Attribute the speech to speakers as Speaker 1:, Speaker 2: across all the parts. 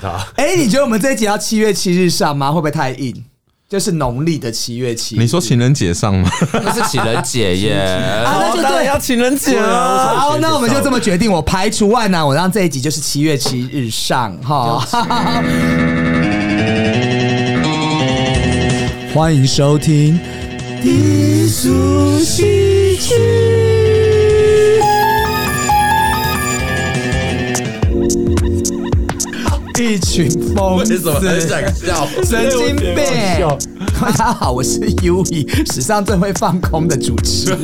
Speaker 1: 他。
Speaker 2: 哎，你觉得我们这一集要七月七日上吗？会不会太硬？就是农历的七月七日。
Speaker 3: 你说情人节上吗？
Speaker 4: 那是情人节 耶。
Speaker 2: 啊，那就
Speaker 1: 当然
Speaker 2: 对。
Speaker 1: 要情人节啊！
Speaker 2: 好，那我们就这么决定。我排除万难，我让这一集就是七月七日上哈。欢迎收听《低俗喜剧》。一群疯子，
Speaker 4: 笑？
Speaker 2: 神经病
Speaker 1: 哎我觉得好！
Speaker 2: 大家好，我是 U E，史上最会放空的主持人。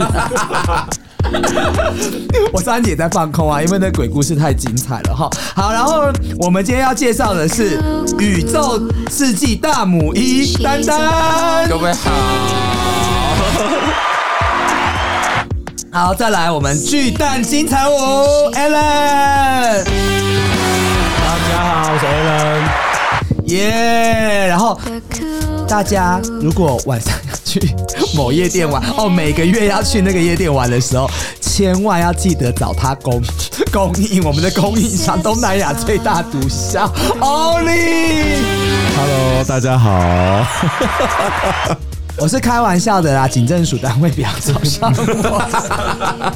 Speaker 2: 我上一集也在放空啊，因为那鬼故事太精彩了哈。好，然后我们今天要介绍的是宇宙世纪大母一丹丹
Speaker 4: 各。位好，
Speaker 2: 好，再来我们巨蛋金城武 Alan。
Speaker 1: 大家好，我是 Alan。
Speaker 2: 耶、然后大家如果晚上要去某夜店玩，哦，每个月要去那个夜店玩的时候，千万要记得找他 供供应我们的供应商东南亚最大毒枭欧力。
Speaker 3: Hello，大家好。
Speaker 2: 我是开玩笑的啦，警政署单位不要找上我。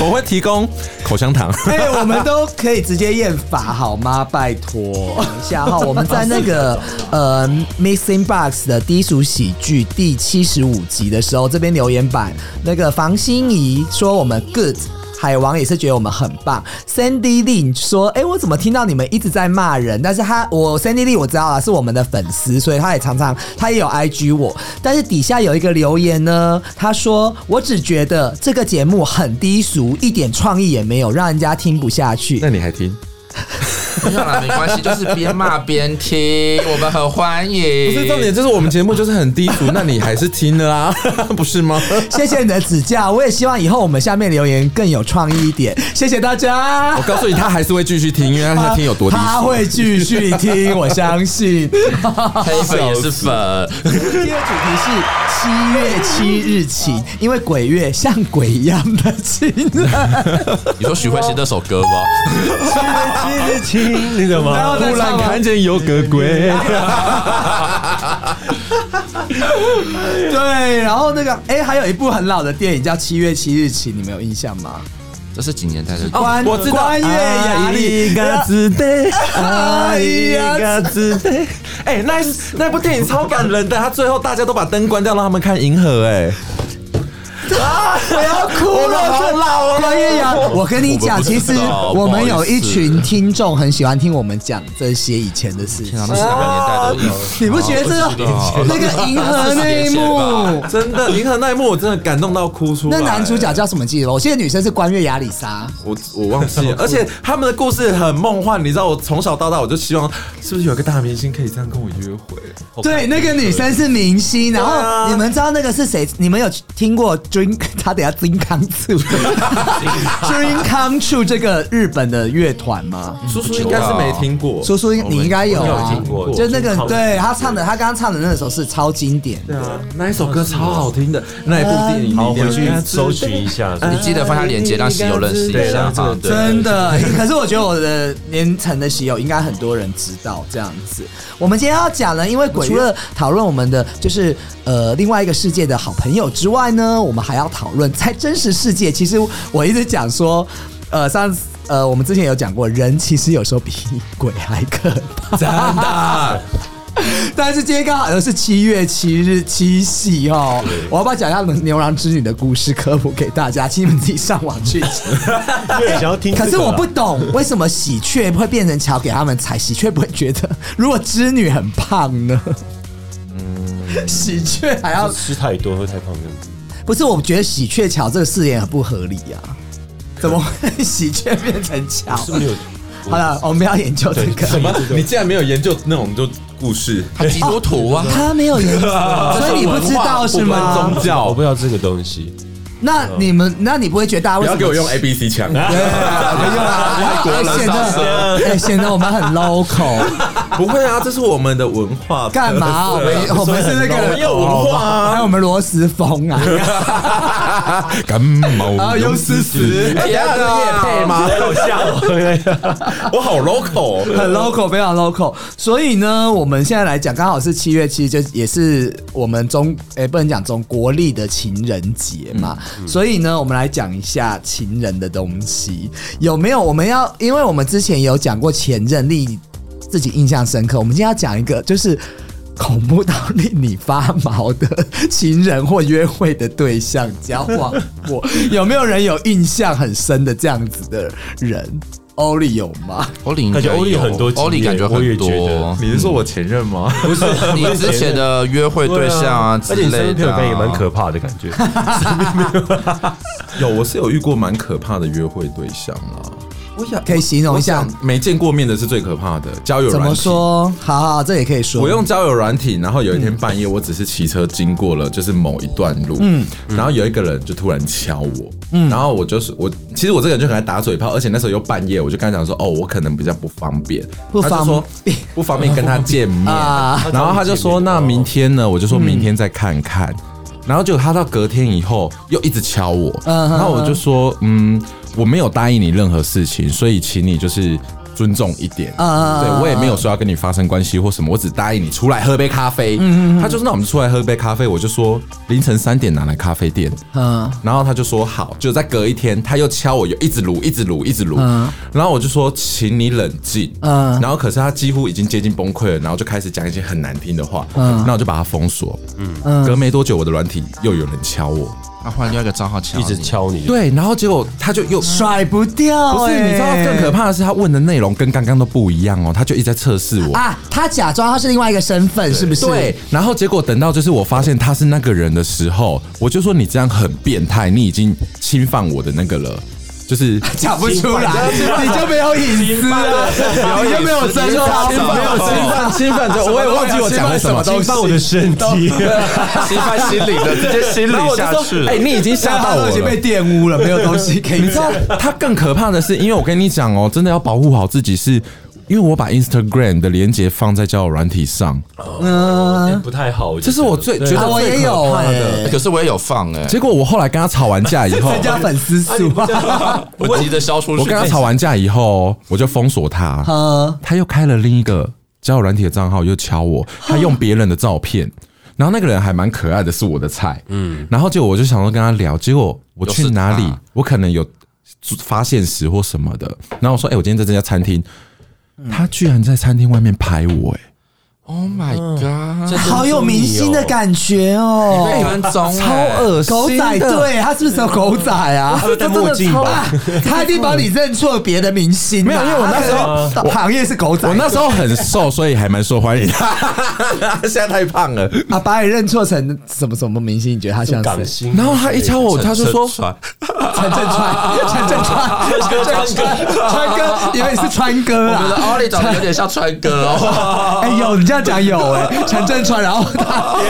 Speaker 3: 我会提供口香糖。
Speaker 2: 哎、我们都可以直接验法好吗？拜托一下哈，我们在那个呃 Missing Box 的低俗喜剧第七十五集的时候，这边留言板那个房心怡说我们 good。海王也是觉得我们很棒。Sandy Lin 说：“哎、我怎么听到你们一直在骂人？但是他我 Sandy Lin 我知道啊，是我们的粉丝，所以他也常常他也有 IG 我。但是底下有一个留言呢，他说：我只觉得这个节目很低俗，一点创意也没有，让人家听不下去。
Speaker 3: 那你还听？
Speaker 4: 没有啦，没关系，就是边骂边听，我们很欢
Speaker 3: 不
Speaker 4: 迎。
Speaker 3: 是重点，就是我们节目就是很低俗，那你还是听了啊， 不是吗？
Speaker 2: 谢谢你的指教，我也希望以后我们下面留言更有创意一点。谢谢大家
Speaker 3: 我。告诉你，他还是会继续听，因为他听有多低俗。
Speaker 2: 他会继续听，我相信。
Speaker 4: 黑粉也是 粉，
Speaker 2: 今天的主题是七月七日晴，因为鬼月像鬼一样的晴。
Speaker 4: 你说徐慧欣那首歌吗？
Speaker 1: 亲，你怎
Speaker 2: 然后
Speaker 1: 么？
Speaker 2: 再唱完
Speaker 3: 见有个鬼，
Speaker 2: 对，然后那个哎、还有一部很老的电影叫《七月七日晴》，你们有印象吗？
Speaker 4: 这是几年代的歌？
Speaker 2: 关
Speaker 3: 我知道
Speaker 2: 关月牙里
Speaker 3: 嘎子的，
Speaker 2: 哎呀，
Speaker 3: 子的。哎，那那部电影超感人的，他最后大家都把灯关掉，让他们看银河。哎，
Speaker 2: 我要哭了，好老啊了。关月牙，我跟你
Speaker 4: 我
Speaker 2: 讲，
Speaker 4: 们不
Speaker 2: 其
Speaker 4: 知
Speaker 2: 实
Speaker 4: 道
Speaker 2: 我们
Speaker 4: 不好
Speaker 2: 有
Speaker 4: 意思
Speaker 2: 一群听众很喜欢听我们讲这些以前的事情
Speaker 4: 天。啊，那是哪个年代的？
Speaker 2: 你不觉得这个
Speaker 4: 哦
Speaker 2: 那个银河那一幕？
Speaker 3: 真的，银河那一幕我真的感动到哭出来。
Speaker 2: 那男主角叫什么记得吗？我记得女生是关月亚里莎。
Speaker 3: 我我忘记 了，而且他们的故事很梦幻，你知道，我从小到大我就希望是不是有个大明星可以这样跟我约会？
Speaker 2: 对，那个女生是明星，然
Speaker 3: 对啊
Speaker 2: 后你们知道那个是谁？你们有听过 Dream？他 等下 Dream Come True，Dream Come True 这个日本的乐团吗？
Speaker 3: 叔叔应该是没听过，
Speaker 2: 哦叔叔，你应该有
Speaker 1: 哦我
Speaker 2: 啊
Speaker 1: 有听过，
Speaker 2: 就那个
Speaker 1: 我有听过
Speaker 2: 对他唱的，他刚刚唱的那首是超经典
Speaker 3: 对啊，那一首歌超好听的，那一部电影
Speaker 1: 好，
Speaker 3: 一定
Speaker 1: 回
Speaker 3: 要
Speaker 1: 去
Speaker 3: 看
Speaker 1: 搜寻一下。
Speaker 4: 你记得放下链接，让喜友认识一
Speaker 1: 对
Speaker 4: 下
Speaker 1: 让这
Speaker 4: 哈
Speaker 1: 个。
Speaker 4: 对，
Speaker 2: 真的， 可是我觉得我的年层的喜友应该很多人知道这样子。我们今天要讲呢，因为鬼除了讨论我们的就是呃另外一个世界的好朋友之外呢，我们还要讨论在真实世界。其实我一直讲说，呃上次呃我们之前有讲过，人其实有时候比鬼还可怕。
Speaker 3: 真的，
Speaker 2: 但是今天刚好又是七月七日七夕哦，我要不要讲一下牛郎织女的故事科普给大家？请你们自己上网去查。
Speaker 1: 对，想要 听 这
Speaker 2: 可是
Speaker 1: 个啦。
Speaker 2: 我不懂为什么喜鹊会变成桥给他们踩，喜鹊不会觉得如果织女很胖呢？喜鹊还要
Speaker 1: 吃太多会太胖这样子。
Speaker 2: 不是？我觉得喜鹊桥这个誓言很不合理呀、怎么会喜鹊变成桥？
Speaker 1: 是不是有？
Speaker 2: 好了，我们不要研究这
Speaker 1: 对
Speaker 2: 个
Speaker 1: 什。么
Speaker 3: 你竟然没有研究那种就故事，
Speaker 4: 他基督徒啊，
Speaker 2: 他没有研究，所以你不知道是
Speaker 3: 文
Speaker 2: 吗
Speaker 3: 化？宗教
Speaker 1: 哦我不知道这个东西。
Speaker 2: 那你们，那你不会觉得大家
Speaker 3: 不
Speaker 2: 为什
Speaker 3: 要
Speaker 2: 么
Speaker 3: 给我
Speaker 5: 哎
Speaker 3: 用 A B C 抢，
Speaker 2: 对啊不用啊，
Speaker 4: 国人
Speaker 2: 哎显
Speaker 4: 上
Speaker 2: 得哎显得我们很 local，
Speaker 3: 不会啊，这是我们的文化。
Speaker 2: 干嘛？我们我们是那个
Speaker 3: 有文化
Speaker 2: 啊还有我们螺丝风啊，
Speaker 5: 感冒
Speaker 2: 啊
Speaker 5: 用
Speaker 2: 用思思
Speaker 5: 哎等一下这是夜配吗？
Speaker 1: 好
Speaker 5: 哦
Speaker 1: 笑，
Speaker 5: 我好 local，哦
Speaker 2: 很 local，非常 local。所以呢，我们现在来讲，刚好是七月七，就也是我们中诶、不能讲中国历的情人节嘛、所以呢，我们来讲一下情人的东西有没有？我们要，因为我们之前有讲过前任令自己印象深刻，我们今天要讲一个就是。恐怖到令你发毛的 情人或约会的对象交往过，有没有人有印象很深的这样子的人？欧里有吗？
Speaker 4: 欧里应该
Speaker 1: 感觉欧里
Speaker 4: 有
Speaker 1: 很多
Speaker 4: 哦欧里
Speaker 1: 经
Speaker 4: 感
Speaker 1: 验
Speaker 4: 觉
Speaker 1: 我也
Speaker 4: 很
Speaker 1: 觉
Speaker 4: 多
Speaker 1: 得，
Speaker 5: 你是说我前任吗？
Speaker 4: 不是你之前的约会对象啊之
Speaker 1: 而且你身
Speaker 4: 类
Speaker 1: 边朋
Speaker 4: 的啊，
Speaker 1: 友感觉也蛮可怕的感 觉，
Speaker 5: 有，我是有遇过蛮可怕的约会对象啊。我想
Speaker 2: 可以形容一下
Speaker 5: 我想没见过面的是最可怕的交友
Speaker 2: 怎
Speaker 5: 软体
Speaker 2: 么？说？好好，这也可以说。
Speaker 5: 我用交友软体，然后有一天半夜，我只是骑车经过了，就是某一段路，嗯，然后有一个人就突然敲我，嗯，然后我就是我，其实我这个人就很爱打嘴炮，而且那时候又半夜，我就跟他讲说，哦，我可能比较不方便，
Speaker 2: 不方
Speaker 5: 他就说
Speaker 2: 便
Speaker 5: 不方便跟他见面，
Speaker 2: 啊
Speaker 5: 然后他就说那明天呢，我就说明天再看看，然后就他到隔天以后又一直敲我，
Speaker 2: 嗯
Speaker 5: 然后我就说，嗯，我没有答应你任何事情，所以请你就是。尊重一点，
Speaker 2: 嗯
Speaker 5: 对我也没有说要跟你发生关系或什么，我只答应你出来喝杯咖啡。
Speaker 2: 嗯
Speaker 5: 他就说那我们出来喝杯咖啡，我就说凌晨三点哪来咖啡店？
Speaker 2: 嗯，
Speaker 5: 然后他就说好，就在隔一天，他又敲我，又一直撸，一直撸，一直撸。然后我就说，请你冷静。
Speaker 2: 嗯
Speaker 5: 然后可是他几乎已经接近崩溃了，然后就开始讲一些很难听的话。那我就把他封锁。隔没多久，我的软体又有人敲我。
Speaker 4: 他换另外一个账号抢
Speaker 1: 一
Speaker 4: 你，
Speaker 1: 直敲你。
Speaker 5: 对，然后结果他就又。
Speaker 2: 甩不掉、
Speaker 5: 不是，
Speaker 2: 欸
Speaker 5: 你知道更可怕的是，他问的内容跟刚刚都不一样哦，他就一直在测试我。
Speaker 2: 啊？他假装他是另外一个身份，是不是？
Speaker 5: 对，，然后结果等到就是我发现他是那个人的时候，我就说你这样很变态，你已经侵犯我的那个了，就是
Speaker 2: 讲不出来，你就没有隐私了，你就没有真
Speaker 4: 侵
Speaker 2: 操
Speaker 4: 犯，
Speaker 2: 没有
Speaker 5: 侵
Speaker 2: 真
Speaker 5: 犯侵犯 着，我也忘记我讲了什么
Speaker 1: 侵犯我的身体，
Speaker 4: 侵犯心灵的，直接心
Speaker 5: 然后
Speaker 4: 理
Speaker 5: 我就
Speaker 4: 下去
Speaker 5: 说，
Speaker 4: 了
Speaker 5: 哎，。 你已经吓到
Speaker 2: 他
Speaker 5: 我
Speaker 2: 都已经
Speaker 5: 了
Speaker 2: 被。玷污了，没有东西可以
Speaker 5: 你知道
Speaker 2: 讲。
Speaker 5: 他更可怕的是，因为我跟你讲哦，真的要保护好自己是，因为我把 Instagram 的连接放在交友软体上，
Speaker 1: 不太好。
Speaker 5: 啊这是我最觉
Speaker 2: 啊
Speaker 5: 得
Speaker 2: 我也
Speaker 5: 最可
Speaker 2: 有
Speaker 5: 怕
Speaker 2: 欸
Speaker 5: 的。
Speaker 4: 可是我也有放 哎，
Speaker 5: 结果我后来跟他吵完架 以后，
Speaker 2: 增加粉丝
Speaker 5: 哎
Speaker 2: 数，
Speaker 4: 我急着消出去。
Speaker 5: 我跟他吵完架以后，我就封锁他。
Speaker 2: 嗯，
Speaker 5: 他又开了另一个交友软体的账号，又敲我，他用别人的照片。然后那个人还蛮可爱的，是我的菜。嗯，然后结果我就想说跟他聊，结果我去哪
Speaker 4: 又
Speaker 5: 里
Speaker 4: 是他，
Speaker 5: 我可能有发现时或什么的。然后我说，哎、我今天在这家餐厅，他居然在餐厅外面拍我、哎
Speaker 4: ，Oh my
Speaker 2: 嗯
Speaker 4: god！
Speaker 2: 好有明星的感觉
Speaker 4: 被
Speaker 2: 哦。
Speaker 4: 跟踪，
Speaker 5: 哎，超恶心的，
Speaker 2: 狗仔队，他是不是有狗仔啊？
Speaker 1: 他戴墨镜吧？
Speaker 2: 他一定帮你认错别的明星啊、
Speaker 5: 没有因为我那时候
Speaker 2: 他可能行业是狗仔，
Speaker 5: 我那时候很瘦，所以还蛮受欢 迎。现在太胖了。
Speaker 2: 啊把你认错成什么什么明星？你觉得他像
Speaker 1: 港
Speaker 2: 谁？
Speaker 1: 星。
Speaker 5: 然后他一敲我，他就说
Speaker 4: 传
Speaker 2: 陈振川，陈振川，陈振川，川哥，以为你是川哥
Speaker 4: 我觉得
Speaker 2: 啊？
Speaker 4: 奥利长得有点像川哥哦，
Speaker 2: 哎呦，你这样讲有哎、陈振川，然后他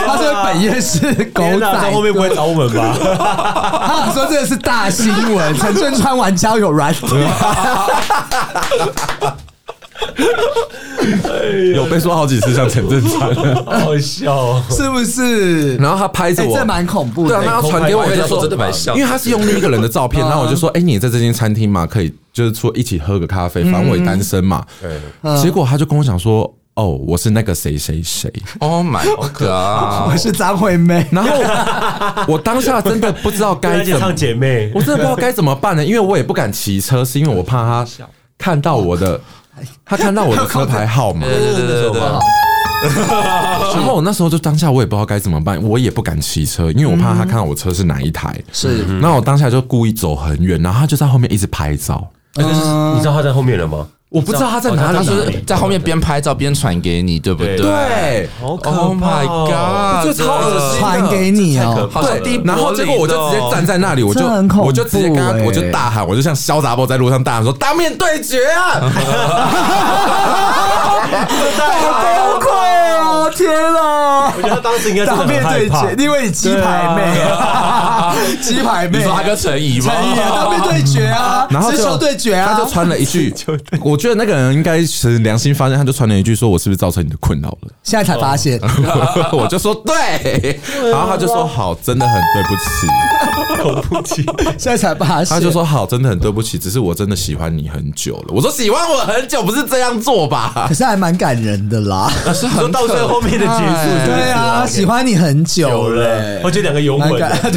Speaker 2: 他说本业是狗
Speaker 1: 天哪，
Speaker 2: 仔
Speaker 1: 他后面不会找我们吧？
Speaker 2: 他想说这个是大新闻，陈振川玩交友软体，
Speaker 5: 有被说好几次像陈振 川，
Speaker 1: 好笑哦，
Speaker 2: 是不是？
Speaker 5: 然后他拍着
Speaker 2: 哎、
Speaker 5: 我，
Speaker 2: 这蛮恐怖
Speaker 5: 对
Speaker 2: 的、
Speaker 5: 啊，那他传给我，
Speaker 1: 我
Speaker 5: 我
Speaker 1: 跟
Speaker 5: 就
Speaker 1: 你
Speaker 5: 说
Speaker 1: 说
Speaker 4: 真的蛮像
Speaker 5: 因为。他是用另一个人的照片，然后我就说，哎、你也在这间餐厅嘛，可以就是说一起喝个咖啡，反正我也单身嘛。结果他就跟我讲说，哦，我是那个谁谁谁，
Speaker 4: Oh my god！
Speaker 2: 我是张惠妹，
Speaker 5: 然后我我当下真的不知道
Speaker 1: 跟
Speaker 5: 该
Speaker 1: 他
Speaker 5: 怎
Speaker 1: 姐
Speaker 5: 么
Speaker 1: 啊唱，姐妹
Speaker 5: 我，真的不知道该怎么办呢，因为我也不敢骑车，是因为我怕他看到我的，他看到我的车牌号码。
Speaker 4: 对对对对对，
Speaker 5: 然后我那时候就当下我也不知道该怎么办，我也不敢骑车，因为我怕他看到我车是哪一台。
Speaker 2: 是
Speaker 5: 然后我当下就故意走很远，然后他就在后面一直拍照。
Speaker 4: 嗯
Speaker 1: 你知道他在后面了吗？
Speaker 5: 我不知道他在哪
Speaker 1: 哦
Speaker 5: 里，
Speaker 1: 他
Speaker 4: 他
Speaker 1: 在哪
Speaker 4: 是
Speaker 1: 里
Speaker 4: 在后面边拍照边传给你，对不对？
Speaker 1: 对
Speaker 5: 对，
Speaker 1: 好可怕
Speaker 4: Oh my
Speaker 1: 哦
Speaker 4: god！
Speaker 5: 这超恶心
Speaker 2: 传给你哦、
Speaker 4: 好像
Speaker 5: 对
Speaker 4: 低，
Speaker 5: 然后结果我就直
Speaker 4: 哦
Speaker 5: 接站在那里，我就
Speaker 2: 这很恐怖
Speaker 5: 我就直接跟他
Speaker 2: 欸，
Speaker 5: 我就大喊，我就像肖杂波在路上大喊说：“当面对决啊！”
Speaker 2: 好崩溃哦！天啊！
Speaker 1: 我觉得他当时应该真的
Speaker 2: 当面
Speaker 1: 很害
Speaker 2: 对
Speaker 1: 怕。
Speaker 2: 决，因为你鸡排妹啊， 鸡排妹，
Speaker 4: 你说他跟陈怡 吗？
Speaker 2: 陈怡啊当面对决啊，
Speaker 3: 然后
Speaker 2: 直
Speaker 3: 就
Speaker 2: 球对决啊，
Speaker 3: 他就穿了一句，我觉得那个人应该是良心发现，他就穿了一句说：“我是不是造成你的困扰了
Speaker 2: 现在才发现，？”
Speaker 3: 我就说对，
Speaker 5: 啊
Speaker 3: 然后他就说好，真的很对不起。
Speaker 2: 现在才发现，
Speaker 3: 他就说好，真的很对不起，只是我真的喜欢你很久了。我说喜欢我很久，不是这样做吧
Speaker 2: 可？是还蛮感人的啦。
Speaker 4: 是很
Speaker 1: 到最后面的结束，
Speaker 2: 对啊， 喜欢你很久 了，
Speaker 1: 我觉得两个有吻
Speaker 2: 蛮
Speaker 1: 的，
Speaker 2: 感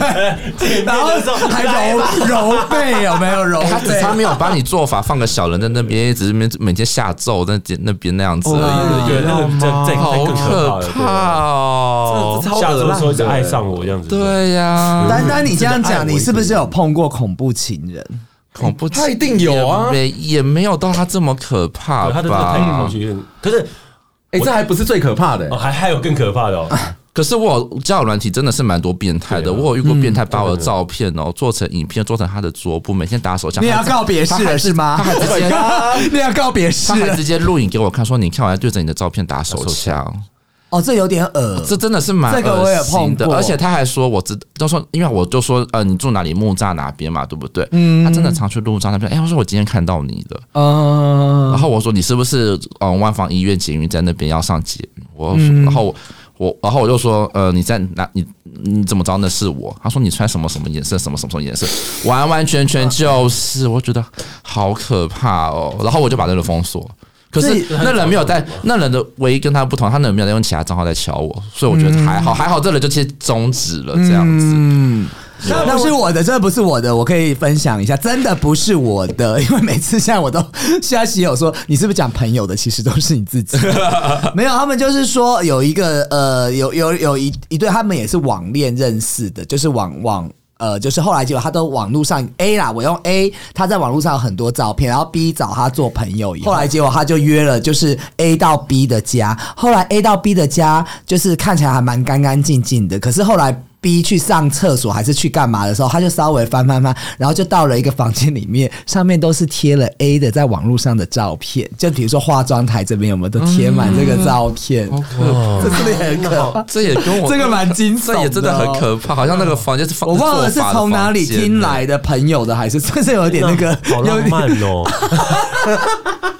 Speaker 2: 对，然后
Speaker 1: 的时候
Speaker 2: 还揉揉背有没有
Speaker 3: 哎
Speaker 2: 揉
Speaker 4: 哎他只
Speaker 2: 背？
Speaker 4: 差没有帮你做法，放个小人在那边，只是每每天下咒在那边那样子而
Speaker 1: 对，那个这这
Speaker 4: 已，好
Speaker 1: 这更
Speaker 4: 可
Speaker 1: 可怕
Speaker 4: 怕哦！
Speaker 1: 了。下周说就爱上我这样子，，
Speaker 4: 对呀，
Speaker 2: 丹丹，你这样讲，你是不是有碰过恐怖情人？
Speaker 4: 恐
Speaker 2: 哎
Speaker 4: 怖
Speaker 3: 他一定有啊
Speaker 4: 也没也没有到他这么可怕
Speaker 1: 他的这个太恐
Speaker 4: 吧？
Speaker 1: 惧了。可是
Speaker 3: 哎，这还不是最可怕的
Speaker 1: 哦，。还还有更可怕的哦，
Speaker 4: 可是我有交友软体真的是蛮多变态
Speaker 1: 啊
Speaker 4: 的，我有遇过变态把我的照片哦做成影片，做成他的桌布，每天打手枪。
Speaker 2: 你也要
Speaker 4: 他还
Speaker 2: 告别式了是吗？ 你也要告别式
Speaker 4: 他还
Speaker 2: 了
Speaker 4: 直接录影给我看，说你看我要对着你的照片打手枪，
Speaker 2: 哦，这有点恶
Speaker 4: 这真的是蛮
Speaker 2: 这个我也
Speaker 4: 恶心的
Speaker 2: 碰过
Speaker 4: 而且他还说我知，就说因为我就说呃你住哪里木栅哪边嘛，对不对？他真的常去木栅那边，哎，我说我今天看到你了，
Speaker 2: 嗯
Speaker 4: 然，后我说你是不是嗯万方医院捷运在那边要上捷运？我说
Speaker 2: 嗯
Speaker 4: 然后我我然后我就说呃你在哪你你怎么知道那是我？他说你穿什么什么颜色什么什么什么颜色，完完全全就是，我觉得好可怕哦。然后我就把那个封锁。可是
Speaker 2: 这
Speaker 4: 那人没有在，那人的唯一跟他不同，他人没有在用其他账号在敲我，所以我觉得还
Speaker 2: 嗯
Speaker 4: 好，还好这人就先终止了这样子。
Speaker 2: 那不是我的，这不是我的，我可以分享一下，真的不是我的， 因为每次现在我都现在喜友说你是不是讲朋友的，其实都是你自 己，没有，他们就是说有一个呃，有有有一一对，他们也是网恋认识的，就是网网。呃，就是后来结果他都网络上 A 啦，我用 A，他在网络上有很多照片，然后 B 找他做朋友以后，后来结果他就约了，就是 A 到 B 的家，后来 A 到 B 的家就是看起来还蛮干干净净的，可是后来 B 去上厕所还是去干嘛的时候，他就稍微翻翻翻，然后就到了一个房间里面，上面都是贴了 A 的在网络上的照片，就比如说化妆台这边有没有都贴满这个照
Speaker 1: 嗯
Speaker 2: 片，这是不是很可怕？
Speaker 4: 这也跟我
Speaker 2: 这个蛮惊悚的哦
Speaker 4: 这也真的很可怕，好像那个房间是放
Speaker 2: 我忘了是
Speaker 4: 做法的
Speaker 2: 从哪里
Speaker 4: 房间
Speaker 2: 听来的朋友的，还是真是有点那个
Speaker 1: 好
Speaker 2: 有
Speaker 1: 浪
Speaker 2: 点
Speaker 1: 漫哦。我看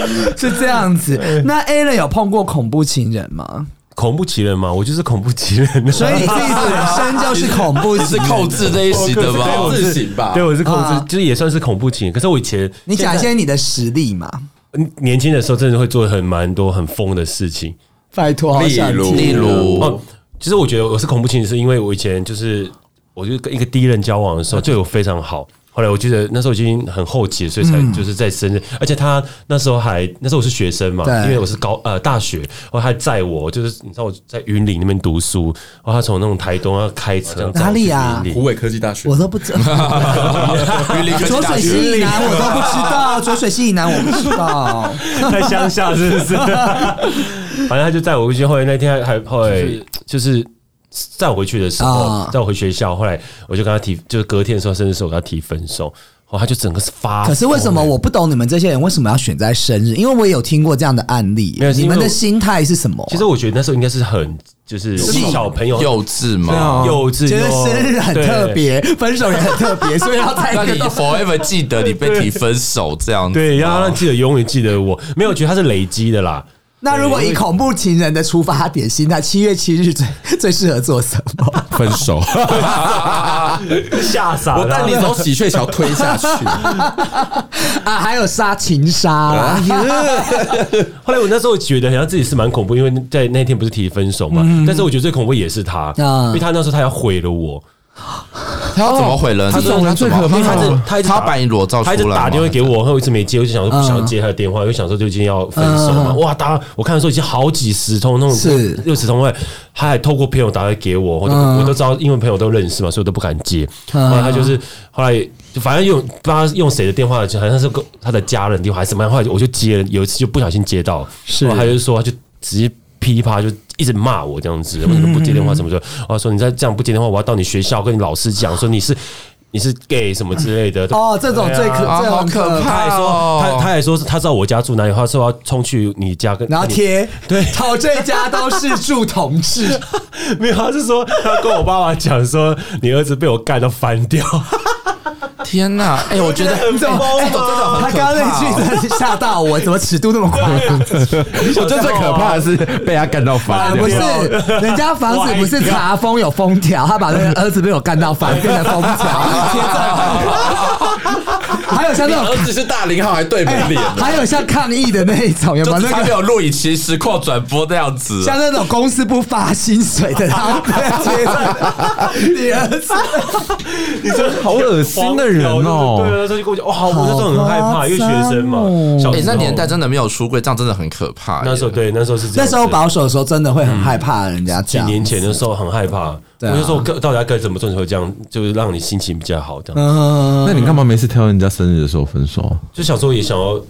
Speaker 1: 看，
Speaker 2: 是这样子。那 A 呢有碰过恐怖情人吗？
Speaker 1: 恐怖情人嘛，我就是恐怖情人啊，
Speaker 2: 所以你自己本身就是恐怖
Speaker 4: 是
Speaker 2: 情 人，
Speaker 4: 控制这一席的吧？
Speaker 1: 我
Speaker 3: 自省吧
Speaker 1: 对，我是控制
Speaker 2: 啊，
Speaker 1: 就是也算是恐怖情人。可是我以前
Speaker 2: 你讲一些你的实力嘛，
Speaker 1: 嗯年轻的时候，真的会做很蛮多很疯的事情。
Speaker 2: 拜托，好想听
Speaker 4: 例如
Speaker 1: 哦，其实我觉得我是恐怖情人，是因为我以前就是，我就跟一个第一任交往的时候对我非常好。后来我记得那时候已经很后期了，所以才
Speaker 2: 嗯
Speaker 1: 就是在生日，而且他那时候还那时候我是学生嘛
Speaker 2: 对，
Speaker 1: 因为我是高呃大学，然后他还载我，就是你知道我在云林那边读书，然后他从那种台东要开车这样载我
Speaker 2: 哪里啊
Speaker 1: 去云林
Speaker 3: 湖北科技大学
Speaker 2: 我，都不知道。
Speaker 4: 云林科技
Speaker 2: 浊
Speaker 4: 大
Speaker 2: 水
Speaker 4: 学
Speaker 2: 溪以南我都不知 道，浊水溪以南我不知道。
Speaker 1: 在乡下是不 是？反正他就载我回去，后来那天还还后来就是载我回去的时候
Speaker 2: 啊，
Speaker 1: 载我回学校，后来我就跟他提，就是隔天的时候，甚至是我跟他提分手，后他就整个是发疯欸。
Speaker 2: 可是为什么我不懂你们这些人为什么要选在生日？因为我也有听过这样的案例
Speaker 1: 没有。是
Speaker 2: 你
Speaker 1: 因为
Speaker 2: 们的
Speaker 1: 我
Speaker 2: 心态是什么啊？
Speaker 1: 其实我觉得那时候应该是很就是
Speaker 2: 气
Speaker 1: 小朋友
Speaker 4: 幼稚
Speaker 1: 对
Speaker 4: 嘛？
Speaker 1: 啊幼稚，
Speaker 2: 觉得生日很
Speaker 1: 对
Speaker 2: 特。别，分手也很特别，所以要在
Speaker 4: 让
Speaker 2: 一
Speaker 4: 你
Speaker 2: 个
Speaker 4: forever 记得你被提分手这样子。
Speaker 1: 对，要让记得永远记得我，没有我觉得他是累积的啦。
Speaker 2: 那如果以恐怖情人的出发点心态，七月七日最 最适合做什么？
Speaker 3: 分手，
Speaker 1: 吓啊傻
Speaker 3: 我
Speaker 1: 了
Speaker 3: 带你从喜鹊桥推下去。
Speaker 2: 啊，还有杀情杀啊
Speaker 1: 哎
Speaker 2: 啦，
Speaker 1: 后来我那时候觉得好像自己是蛮恐怖，因为在那天不是提分手嘛，但是我觉得最恐怖也是他，
Speaker 2: 嗯
Speaker 1: 因为他那时候他要毁了我，
Speaker 4: 他要怎么毁人？他
Speaker 3: 这种人最可怕
Speaker 1: 因为他是他一直
Speaker 4: 他把你裸照出
Speaker 1: 他
Speaker 4: 来
Speaker 1: 一直
Speaker 4: 吗，
Speaker 1: 打电话给我，然嗯后我一直没接，我就想说不想接他的电话，因为想说就已经要分手嘛，哇，打我看的时候已经好几十通那
Speaker 2: 是
Speaker 1: 种六十通外，他还透过朋友打来给我，我都
Speaker 2: 嗯
Speaker 1: 我都知道，因为朋友都认识嘛，所以我都不敢接。后
Speaker 2: 嗯
Speaker 1: 来他就是后来。就反正用不知道用谁的电话，就好像是跟他的家人的电话还是什么样，后来我就接了，有一次就不小心接到，
Speaker 2: 是
Speaker 1: 后来他就说他就直接噼啪就一直骂嗯哦我这样子，为什么不接电话什么的，啊说你再这样不接电话，我要到你学校跟你老师讲，说你是你是 gay 什么之类的。
Speaker 2: 哦，这种最可、
Speaker 1: 对啊
Speaker 4: 啊
Speaker 2: 这种
Speaker 4: 好可怕
Speaker 1: 他还说
Speaker 4: 哦
Speaker 1: 他他还说是他知道我家住哪里，他说要冲去你家 跟
Speaker 2: 然后
Speaker 1: 跟你
Speaker 2: 贴
Speaker 1: 对
Speaker 2: 讨这家都是住同志，
Speaker 1: 没有，他是说他跟我爸爸讲说，你儿子被我干到翻 掉，
Speaker 4: 天哪！哎，我觉得
Speaker 1: 很
Speaker 2: 怎么
Speaker 1: 疯
Speaker 2: 哎
Speaker 1: 吗
Speaker 2: 他刚刚那句真的吓到我，怎么尺度那么宽？
Speaker 5: 我觉得最可怕的是被他干到
Speaker 2: 啊
Speaker 5: 烦，
Speaker 2: 不是，人家房子不是查封有封条，他把那个儿子被我干到烦，变成封条贴在。还有像那种，
Speaker 4: 子是大零号还对
Speaker 2: 哎还有像抗议的那一种，有没有
Speaker 4: 就
Speaker 2: 那
Speaker 4: 是他
Speaker 2: 个
Speaker 4: 没？有录影其实况转播那样子，
Speaker 2: 像那种公司不发薪水的，然后被贴在你儿子，
Speaker 1: 你说
Speaker 5: 好恶心的人哦
Speaker 1: 对啊，他就跟我讲，哇，好我那时候很害怕，因为学生嘛
Speaker 2: 好夸张哦，
Speaker 1: 小
Speaker 4: 哎、
Speaker 1: 时
Speaker 4: 那
Speaker 1: 候
Speaker 4: 年代真的没有出柜，这样真的很可怕、
Speaker 1: 那时候
Speaker 4: 耶
Speaker 1: 对，那时候是这
Speaker 2: 那
Speaker 1: 样
Speaker 2: 时候
Speaker 1: 子
Speaker 2: 保守的时候，真的会很害怕人家这
Speaker 1: 几
Speaker 2: 样。
Speaker 1: 年前的时候很害怕，
Speaker 2: 对啊
Speaker 1: 我就说我该到底要该怎么做才会这样，就是让你心情比较好，这样
Speaker 2: 嗯，
Speaker 5: 那你干嘛每次挑人家生日的时候分手啊？
Speaker 1: 就小时候也想要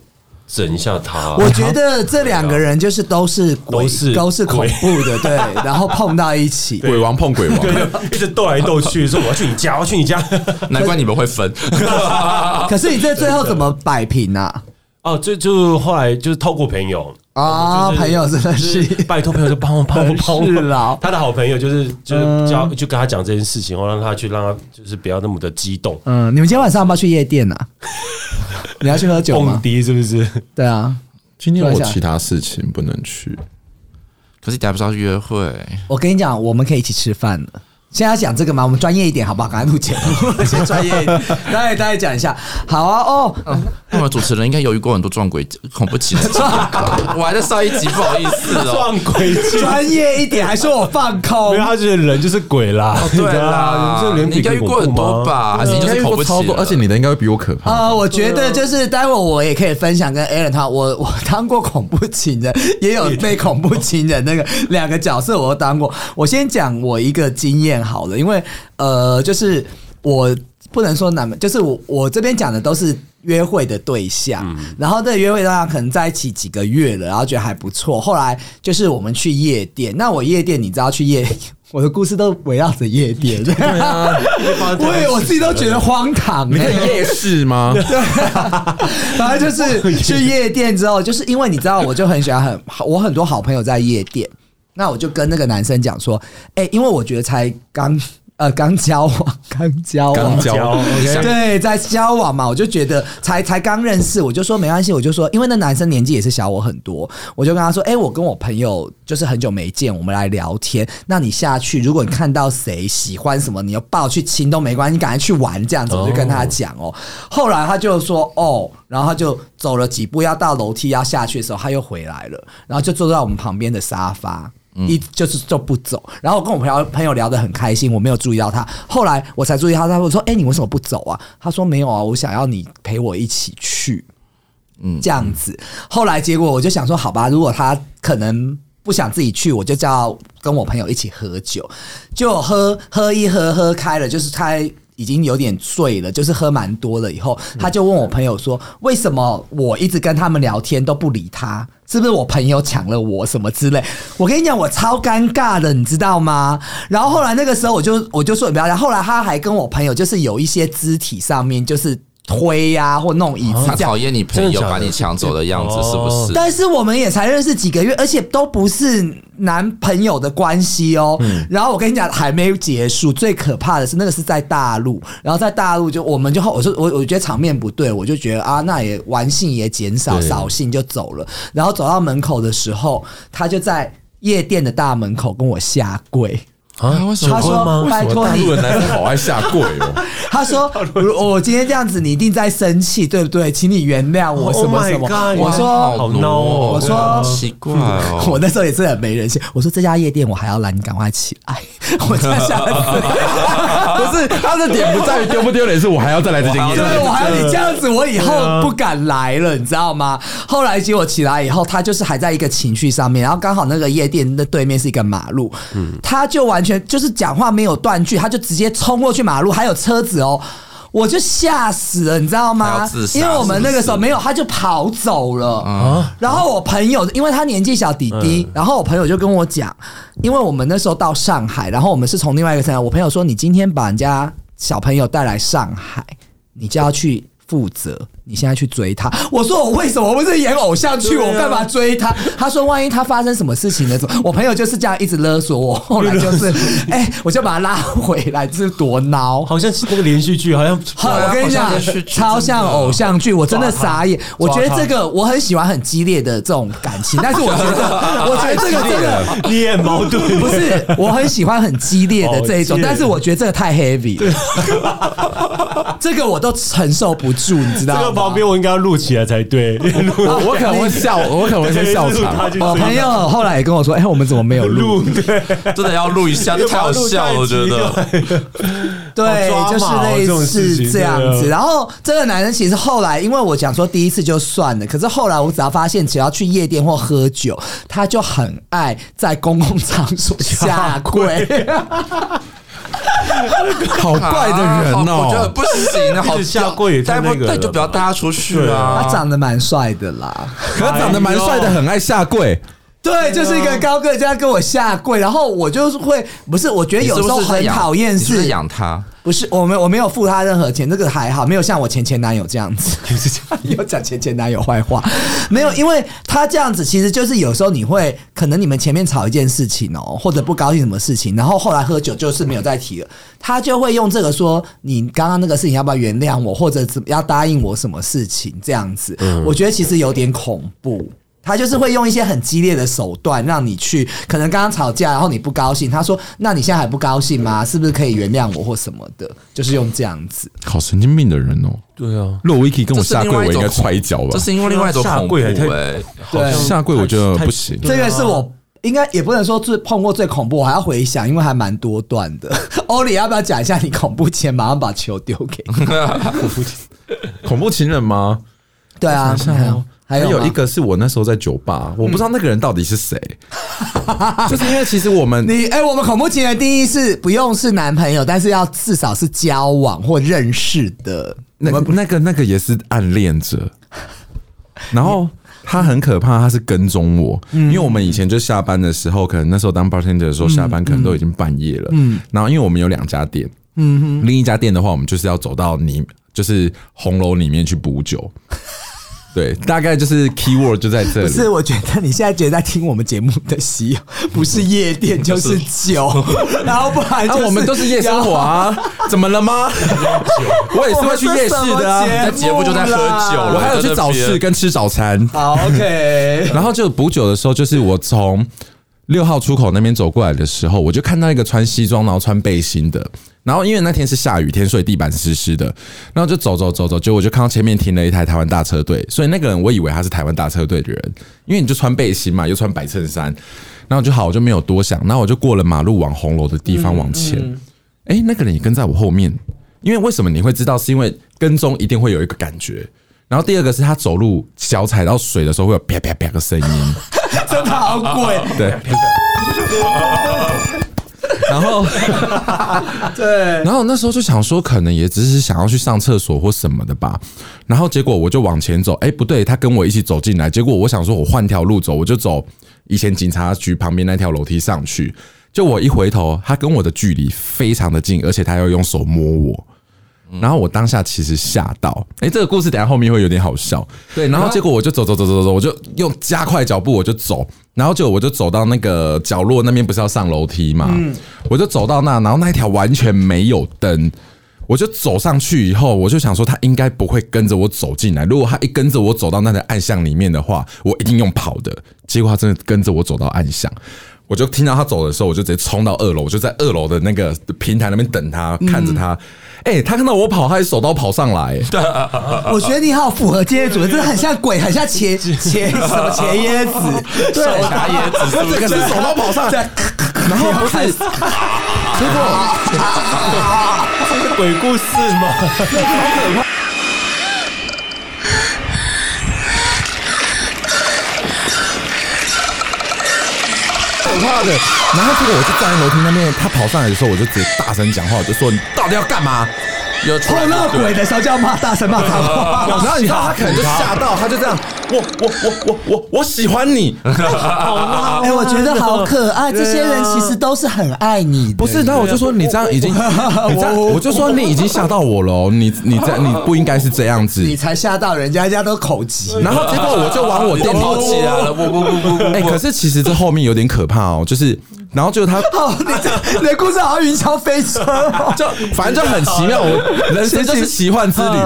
Speaker 1: 整一下他。
Speaker 2: 我觉得这两个人就是都是鬼，
Speaker 1: 都是
Speaker 2: 都是恐怖的，对，然后碰到一起，
Speaker 3: 鬼王碰鬼王，
Speaker 1: 一直斗来斗去，说我要去你家，我要去你家。
Speaker 4: 难怪你们会 分。
Speaker 2: 可是你这最后怎么摆平啊？
Speaker 1: 哦，就就后来就是透过朋友，
Speaker 2: 啊，
Speaker 1: 就是
Speaker 2: 朋友真的
Speaker 1: 就是是拜托朋友就帮我帮我
Speaker 2: 很
Speaker 1: 帮
Speaker 2: 是
Speaker 1: 我。
Speaker 2: 啦。
Speaker 1: 他的好朋友就是就是教就跟他讲这件事情，然后让他去让他就是不要那么的激动。
Speaker 2: 嗯，你们今天晚上要不要去夜店 啊？你要去喝酒
Speaker 1: 蹦
Speaker 2: 吗？
Speaker 1: 迪是不是？
Speaker 2: 对啊，
Speaker 3: 今天我其他事情不能去，
Speaker 4: 可是你还不是要约会？
Speaker 2: 我跟你讲，我们可以一起吃饭了。现在要讲这个吗？我们专业一点好不好？赶快录节 目，先专业一点。 大家大家讲一下，好啊哦，
Speaker 1: 嗯
Speaker 4: 那么主持人应该有遇过很多撞鬼恐怖 情人，我还在上一集，不好意思哦。
Speaker 1: 撞鬼去。
Speaker 2: 专业一点，还说我放空啊
Speaker 1: 没有，。他觉得人就是鬼啦，
Speaker 4: 哦对
Speaker 1: 啦，
Speaker 4: 啦，
Speaker 1: 这脸
Speaker 4: 你
Speaker 1: 皮
Speaker 4: 应该遇过很多？吧？还是你
Speaker 3: 应
Speaker 4: 就
Speaker 3: 该
Speaker 4: 是
Speaker 3: 遇
Speaker 4: 恐怖
Speaker 3: 过超
Speaker 4: 情
Speaker 3: 多，
Speaker 4: 人？
Speaker 3: 而且你的应该会比我可
Speaker 4: 啊
Speaker 3: 怕。
Speaker 2: 呃，我觉得就是待会我也可以分享跟 Aaron 他，我我当过恐怖情人，也有被恐怖情人那个两个角色我都当过。我先讲我一个经验好了，因为呃，就是我不能说男们，就是我我这边讲的都是。约会的对象，然后这个约会对象可能在一起几个月了，然后觉得还不错。后来就是我们去夜店，那我夜店你知道去夜， 我的故事都围绕着夜店， 对啊，我也我自己都觉得荒唐、欸。
Speaker 3: 你可以夜市 吗？
Speaker 2: 反正就是去夜店之后，就是因为你知道，我就很喜欢很我很多好朋友在夜店，那我就跟那个男生讲说，哎、因为我觉得才刚呃刚交往，刚交往
Speaker 3: 刚。交，
Speaker 2: 对，在交往嘛，我就觉得才才刚认识，我就说没关系，我就说，因为那男生年纪也是小我很多，我就跟他说，哎、我跟我朋友就是很久没见，我们来聊天。那你下去，如果你看到谁喜欢什么，你就抱去亲都没关系，你赶快去玩这样子，我就跟他讲哦。后来他就说哦，然后他就走了几步，要到楼梯要下去的时候，他又回来了，然后就坐在我们旁边的沙发。一就是就不走，然后我跟我朋友朋友聊得很开心，我没有注意到他。后来我才注意到他，我说：“哎、你为什么不走啊？”他说：“没有啊，我想要你陪我一起去。”这样子。后来结果我就想说，好吧，如果他可能不想自己去，我就叫跟我朋友一起喝酒，就喝喝一喝喝开了，就是他已经有点醉了，就是喝蛮多了以后，他就问我朋友说，为什么我一直跟他们聊天都不理他？是不是我朋友抢了我什么之类？我跟你讲，我超尴尬的，你知道吗？然后后来那个时候，我就我就说你不要讲。后来他还跟我朋友就是有一些肢体上面就是推呀、或弄椅子
Speaker 4: 他
Speaker 2: 这样
Speaker 4: 讨，厌你朋友把你抢走的样子，是不是？
Speaker 2: 但是我们也才认识几个月，而且都不是男朋友的关系哦。然后我跟你讲，还没结束，最可怕的是那个是在大陆，然后在大陆就我们就后我说我我觉得场面不对，我就觉得啊，那也玩性也减少，扫兴就走了。然后走到门口的时候，他就在夜店的大门口跟我下跪。
Speaker 1: 啊，
Speaker 4: 为什
Speaker 2: 他
Speaker 4: 么
Speaker 1: 求婚吗
Speaker 2: 说：“拜托
Speaker 3: 大
Speaker 2: 你，
Speaker 3: 陆的男生好爱下跪哦，
Speaker 2: 他说：“如我今天这样子，你一定在生气，对不对？请你原谅我，什么什么。我
Speaker 1: 哇
Speaker 2: 说：“
Speaker 1: 好
Speaker 4: 好
Speaker 1: no 哦
Speaker 4: 哦
Speaker 2: 我说
Speaker 4: 奇怪 哦，
Speaker 2: 我那时候也是很没人性，我说这家夜店我还要来，你赶快起来， 我在下次。
Speaker 5: 不是他的点 不在于丢不丢脸，是我还要再来这件
Speaker 4: 我还要
Speaker 5: 事
Speaker 4: 再。
Speaker 2: 对，我还要你这样子，我以后不敢来了，你知道吗？后来结果起来以后，他就是还在一个情绪上面，然后刚好那个夜店的对面是一个马路，
Speaker 5: 嗯
Speaker 2: 他就完全就是讲话没有断句，他就直接冲过去马路，还有车子哦。我就吓死了，你知道
Speaker 4: 他
Speaker 2: 吗
Speaker 4: 要自？杀
Speaker 2: 因为我们那个时候
Speaker 4: 是不是
Speaker 2: 没有，他就跑走了。
Speaker 1: 啊，
Speaker 2: 然后我朋友，因为他年纪小，弟弟，然后我朋友就跟我讲，因为我们那时候到上海，然后我们是从另外一个城市来，我朋友说你今天把人家。小朋友带来上海，你就要去。负责，你现在去追他。我说我为什么不是演偶像剧，我干嘛追他？他说万一他发生什么事情呢？怎么？我朋友就是这样一直勒索我，后来就是，哎、我就把他拉回来，这是多孬。
Speaker 1: 好像是那个连续啊剧，好像
Speaker 2: 好，我跟你讲
Speaker 4: 偶像剧，
Speaker 2: 超像
Speaker 1: 啊
Speaker 2: 偶像剧，我真的傻眼。我觉得这个我很喜欢很激烈的这种感情，但是我觉得，我觉得这个真的
Speaker 1: 你很矛盾，
Speaker 2: 不 是，我很喜欢很激烈的这一
Speaker 1: 哦
Speaker 2: 种
Speaker 1: 激，烈
Speaker 2: 但是我觉得这个太 heavy 了， 这个我都承受不住，你知
Speaker 1: 这
Speaker 2: 道吗？
Speaker 1: 个旁边我应该要录起来才对，录
Speaker 5: 我我可能会笑，我可能会先笑场。
Speaker 2: 我朋友后来也跟我说：“哎、我们怎么没有录
Speaker 1: 录对，
Speaker 4: 真的要录一下，这太好笑了，我觉得。
Speaker 2: 对，
Speaker 1: 好抓
Speaker 2: 就
Speaker 1: 马
Speaker 2: 是
Speaker 1: 哦这种
Speaker 2: 类
Speaker 1: 事
Speaker 2: 似
Speaker 1: 情
Speaker 2: 这样
Speaker 1: 对
Speaker 2: 子。
Speaker 1: 啊
Speaker 2: 然后这个男人其实后来，因为我讲说第一次就算了，可是后来我只要发现，只要去夜店或喝酒，他就很爱在公共场所下 跪。
Speaker 5: 好怪的人
Speaker 4: 啊好我觉得
Speaker 5: 哦！
Speaker 4: 不行啊，好
Speaker 1: 一直下跪也太
Speaker 4: 带
Speaker 1: 那
Speaker 4: 不
Speaker 1: 个了吧
Speaker 4: 对就不要带他出去
Speaker 2: 他
Speaker 4: 啊。
Speaker 2: 长得蛮帅的啦，
Speaker 5: 可是长得蛮帅的，很爱下跪。
Speaker 2: 对，就是
Speaker 1: 啊
Speaker 2: 一个高个这样跟我下跪，然后我就是会不是，我觉
Speaker 5: 哎
Speaker 2: 得
Speaker 4: 你
Speaker 2: 有
Speaker 4: 是
Speaker 2: 时
Speaker 4: 不
Speaker 2: 候
Speaker 4: 是在
Speaker 2: 很
Speaker 4: 养
Speaker 2: 讨厌
Speaker 4: 你是不
Speaker 2: 是
Speaker 4: 是养他，
Speaker 2: 不是，我没我没有付他任何钱，这个还好，没有像我前前男友这样子， 有讲前前男友坏话，没有，因为他这样子，其实就是有时候你会，可能你们前面吵一件事情哦，或者不高兴什么事情，然后后来喝酒就是没有再提了，他就会用这个说你刚刚那个事情要不要原谅我，或者怎么要答应我什么事情这样子，我觉得其实有点恐怖。他就是会用一些很激烈的手段让你去，可能刚刚吵架，然后你不高兴，他说：“那你现在还不高兴吗？是不是可以原谅我或什么的？”就是用这样子。
Speaker 5: 好神经病的人哦！
Speaker 1: 对啊，
Speaker 5: 若我一起跟我
Speaker 4: 这是
Speaker 5: 下
Speaker 4: 另
Speaker 5: 跪，
Speaker 4: 外
Speaker 5: 我
Speaker 4: 一
Speaker 5: 应
Speaker 4: 种
Speaker 5: 该踹一脚吧
Speaker 4: 这。是因为另外一种
Speaker 1: 下
Speaker 4: 恐怖
Speaker 1: 跪还太
Speaker 4: 哎。
Speaker 1: 好像
Speaker 5: 下跪我觉得不行
Speaker 1: 太
Speaker 2: 这个是我应该也不能说最碰过最恐怖，我还要回想，因为还蛮多段的。 欧里要不要讲一下你恐怖前，马上把球丢给你？
Speaker 5: 恐怖情人吗？
Speaker 2: 对啊，还有还
Speaker 5: 还
Speaker 2: 有
Speaker 5: 有
Speaker 2: 吗
Speaker 5: 一，个是我那时候在酒吧，我不知道那个人到底是谁，就是因为其实我们
Speaker 2: 你哎、我们恐怖情人的定义是不用是男朋友，但是要至少是交往或认识的。
Speaker 5: 那个那个那个也是暗恋者，然后他很可怕，他是跟踪我，因为我们以前就下班的时候，可能那时候当 bartender 的时候，下班可能都已经半夜了，嗯，然后因为我们有两家店，嗯哼，另一家店的话，我们就是要走到你就是红楼里面去补酒。对，大概就是 keyword 就在这
Speaker 2: 不
Speaker 5: 里。
Speaker 2: 是，我觉得你现在觉得在听我们节目的戏，不是夜店就是酒，然后不然就
Speaker 5: 啊，
Speaker 2: 是、
Speaker 5: 我们都是夜生活啊，怎么了吗？ 我也是会去夜市的啊，
Speaker 2: 我们是什么
Speaker 4: 节目就在喝酒
Speaker 5: 我还有去早市跟吃早餐。
Speaker 2: 好 OK，
Speaker 5: 然后就补酒的时候，就是我从六号出口那边走过来的时候，我就看到一个穿西装然后穿背心的。然后因为那天是下雨天，所以地板湿湿的。然后就走走走走，结果我就看到前面停了一台台湾大车队，所以那个人我以为他是台湾大车队的人，因为你就穿背心嘛，又穿白衬衫，然后就好，我就没有多想。然后我就过了马路往红楼的地方往前，哎、那个人也跟在我后面，因为为什么你会知道？是因为跟踪一定会有一个感觉。然后第二个是他走路脚踩到水的时候会有啪啪啪的声音，
Speaker 2: 真的好鬼，
Speaker 5: 对。 然后，
Speaker 2: 对，
Speaker 5: 然后那时候就想说，可能也只是想要去上厕所或什么的吧。然后结果我就往前走，哎，不对，他跟我一起走进来。结果我想说，我换条路走，我就走以前警察局旁边那条楼梯上去。就我一回头，他跟我的距离非常的近，而且他要用手摸我。然后我当下其实吓到，哎、这个故事等一下后面会有点好笑。对，然后结果我就走走走走走，我就用加快脚步我就走，然后就我就走到那个角落那边，不是要上楼梯嘛，我就走到那，然后那一条完全没有灯。我就走上去以后，我就想说他应该不会跟着我走进来。如果他一跟着我走到那个暗巷里面的话，我一定用跑的。结果他真的跟着我走到暗巷，我就听到他走的时候，我就直接冲到二楼，我就在二楼的那个平台那边等他，看着他。哎、他看到我跑，他也手刀跑上来、
Speaker 2: 我觉得你好符合今天的主题，真的很像鬼，很像茄茄什么茄椰子，对，
Speaker 4: 拿椰子是不
Speaker 5: 这个是
Speaker 4: 是？
Speaker 5: 手刀跑上 来，然后不是，结果
Speaker 1: 鬼故事嘛，
Speaker 5: 可怕的。然后结果我就站在楼梯那边，他跑上来的时候，我就直接大声讲话，我就说你到底要干嘛？
Speaker 4: 有出来
Speaker 2: 碰
Speaker 4: 就
Speaker 2: 到
Speaker 4: 对
Speaker 2: 鬼的时候就要骂大声骂脏话，
Speaker 5: 然后你知道他可能就吓到，他就这样，
Speaker 3: 我我我我我喜欢你，
Speaker 2: 哎、我觉得好可爱，这些人其实都是很爱你的。
Speaker 5: 不是，那我就说你这样已经，
Speaker 2: 啊
Speaker 5: 你这样，我就说你已经吓到我了哦，你你这你不应该是这样子。
Speaker 2: 你才吓到人家，人家都口急。
Speaker 5: 然后结果我就往我店里
Speaker 4: 跑起来了，不不不不不，
Speaker 5: 哎、可是其实这后面有点可怕哦，就是，然后 就他
Speaker 2: 哦，你这你的故事好像云霄飞车、哦，
Speaker 5: 就反正就很奇妙，我人生就是奇幻之旅。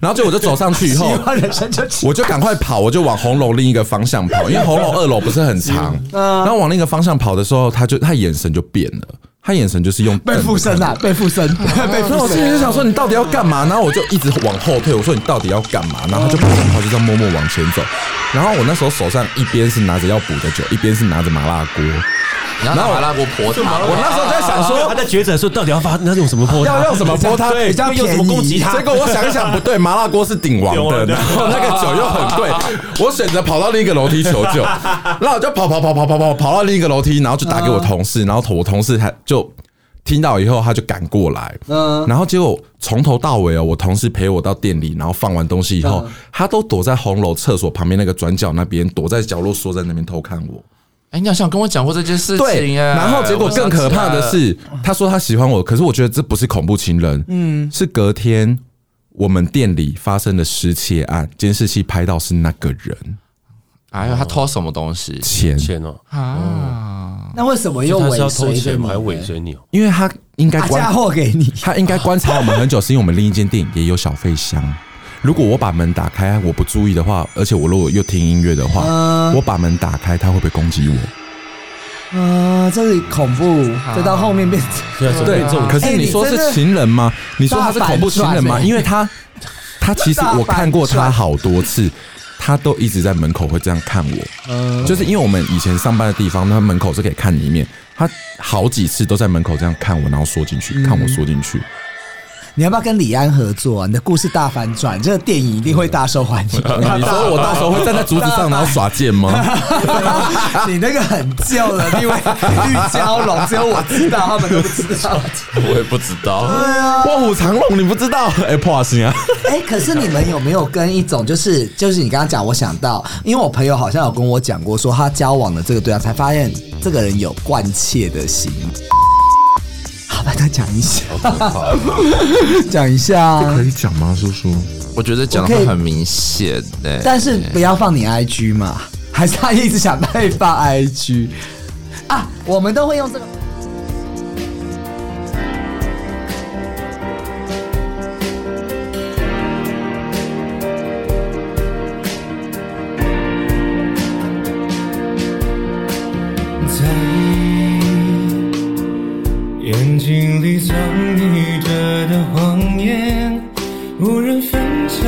Speaker 5: 然后就我就走上去以
Speaker 2: 喜
Speaker 5: 后，
Speaker 2: 欢啊人生就
Speaker 5: 我就赶快跑，我就往红楼另一个方向 跑，因为红楼二楼不是很长。
Speaker 2: 嗯
Speaker 5: 然后往另一个方向跑的时候，他就他眼神就变了，他眼神就是用
Speaker 2: 被附身
Speaker 5: 了。
Speaker 2: 啦， 被附身，被
Speaker 5: 然后
Speaker 2: 附
Speaker 5: 我心里
Speaker 2: 身。
Speaker 5: 就想说你到底要干嘛？然后我就一直往后退，我说你到底要干嘛？然后他就不他就这样默默往前走。然后我那时候手上一边是拿着要补的酒，一边是拿着麻辣锅。
Speaker 4: 然后把那我婆他，
Speaker 5: 我那时候在想说，
Speaker 1: 他在抉择说到底要发那用什么泼他，
Speaker 5: 要用什么泼他
Speaker 1: 对，
Speaker 5: 比
Speaker 2: 较
Speaker 1: 用什么
Speaker 2: 便宜
Speaker 1: 攻击他
Speaker 5: 结？果我想一想，不对，麻辣锅是鼎王
Speaker 1: 鼎
Speaker 5: 的，
Speaker 1: 王的
Speaker 5: 然后那个酒又很贵，我选择跑到另一个楼梯求救，然后我就跑跑跑跑跑跑跑到另一个楼梯，然后就打给我同事，然后我同事他就听到以后他就赶过来，
Speaker 2: 嗯
Speaker 5: 然后结果从头到尾哦，我同事陪我到店里，然后放完东西以后，他都躲在红楼厕所旁边那个转角那边，躲在角落缩在那边偷看我。
Speaker 4: 哎，你好像跟我讲过这件事
Speaker 5: 对，
Speaker 4: 情哎，
Speaker 5: 然后结果更可怕的
Speaker 4: 我想起
Speaker 5: 是，他说他喜欢我，可是我觉得这不是恐怖情人，嗯，是隔天我们店里发生的失窃案，监视器拍到是那个人
Speaker 4: 来了，哎呦，他偷什么东西
Speaker 5: 钱，
Speaker 1: 钱哦，
Speaker 4: 啊？
Speaker 2: 那为什么又
Speaker 1: 他
Speaker 2: 尾
Speaker 1: 是要偷
Speaker 2: 随着
Speaker 1: 钱
Speaker 2: 你
Speaker 1: 吗？
Speaker 2: 呢？
Speaker 1: 还尾随你哦？
Speaker 5: 因为他应该
Speaker 2: 他
Speaker 4: 啊
Speaker 5: 关
Speaker 2: 嫁祸给你，
Speaker 5: 他应该观察我们很久，是因为我们另一间店也有小费箱。如果我把门打开，我不注意的话，而且我如果又听音乐的话，
Speaker 4: 嗯
Speaker 5: 我把门打开，他会不会攻击我？
Speaker 2: 啊，这里恐怖，这到后面变成
Speaker 1: 对啊，怎么
Speaker 5: 对
Speaker 1: 变这种，
Speaker 5: 可是
Speaker 2: 哎
Speaker 5: 你
Speaker 2: 你
Speaker 5: 说
Speaker 2: 真
Speaker 5: 是
Speaker 2: 的
Speaker 5: 情人吗？你说他是恐怖情人
Speaker 2: 大
Speaker 5: 吗？
Speaker 2: 反转
Speaker 5: 因为他，他其实
Speaker 2: 大反
Speaker 5: 我看过他
Speaker 2: 转
Speaker 5: 好多次，他都一直在门口会这样看我，就是因为我们以前上班的地方，他门口是可以看一面，他好几次都在门口这样看我，然后缩进去，看我缩进去。
Speaker 2: 你要不要跟李安合作、啊？你的故事大反转，这个电影一定会大受欢 迎。
Speaker 5: 你说我到时候会站在竹子上然后耍剑吗？
Speaker 2: 你那个很旧了，因为玉娇龙只有我知道，他们都不知道。
Speaker 4: 我也不知道，
Speaker 5: 卧虎藏龙，你不知道？哎、破心 啊！
Speaker 2: 哎、可是你们有没有跟一种就是就是你刚刚讲，我想到，因为我朋友好像有跟我讲过，说他交往的这个对象才发现这个人有惯窃的心。好吧，再讲一下， 讲一下啊，
Speaker 5: 以讲吗，叔叔？
Speaker 4: 我觉得讲的很明显哎的，
Speaker 2: 但是不要放你 IG 嘛，还是他一直想被放 IG 啊？我们都会用这个。
Speaker 6: 在眼睛里藏匿着的谎言，无人分享，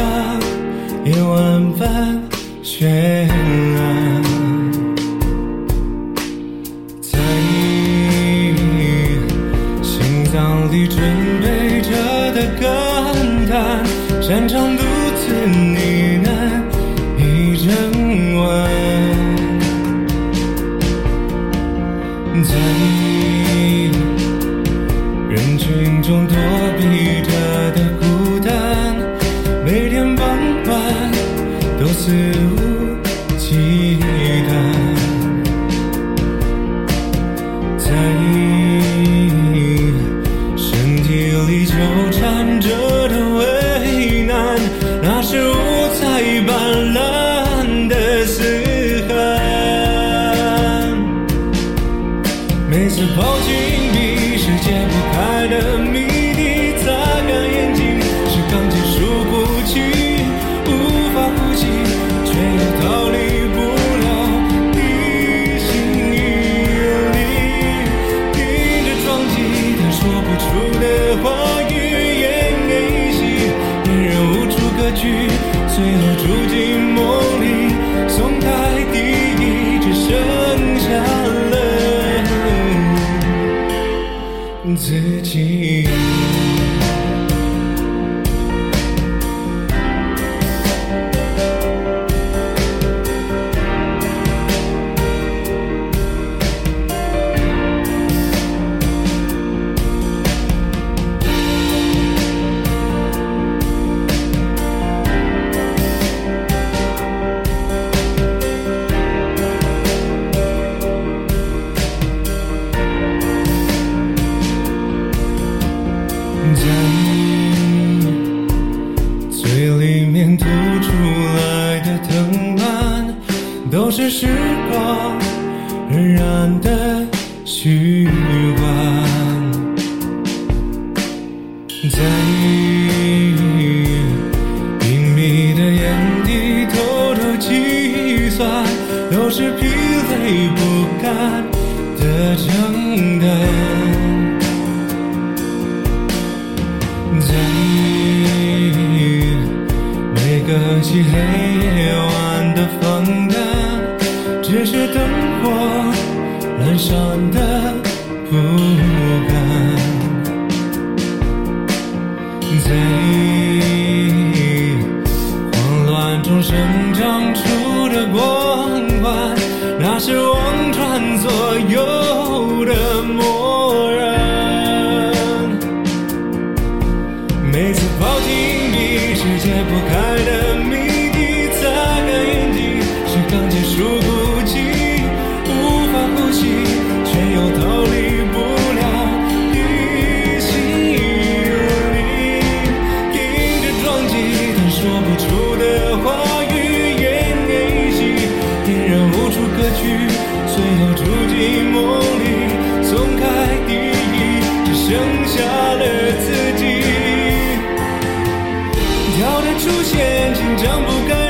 Speaker 6: 夜晚般绚烂。在心脏里准备着的感叹，擅长独自呢喃一整晚。在人群中躲避着的孤单，每天傍晚都肆无忌惮。在身体里纠缠着的为难，那是五彩斑斓的嘶喊。每次抛弃硬币是解不开的谜底，擦干眼睛是刚结束呼吸，无法呼吸，却又逃离不了你心引力，盯着撞击但说不出的话语，奄奄一息，别人无处可去，最后住进梦里，松开第一，只剩下了自己。都只是个偶然的循环。在你隐秘的眼底偷偷计算，都是疲累不堪的承担。在你每个漆黑夜晚的房间，只是灯火阑珊的不甘。在慌乱中生长出的光环，那是望穿所有的漠然。每次跑进你是解不开的谜底，擦干眼睛是刚结束不久，无法呼吸，却又逃离不了你心里，听着撞击但说不出的话语，奄奄一息，点燃无处可去，随后住进梦里，松开第一，只剩下了自己。跳得出现，紧张不该哦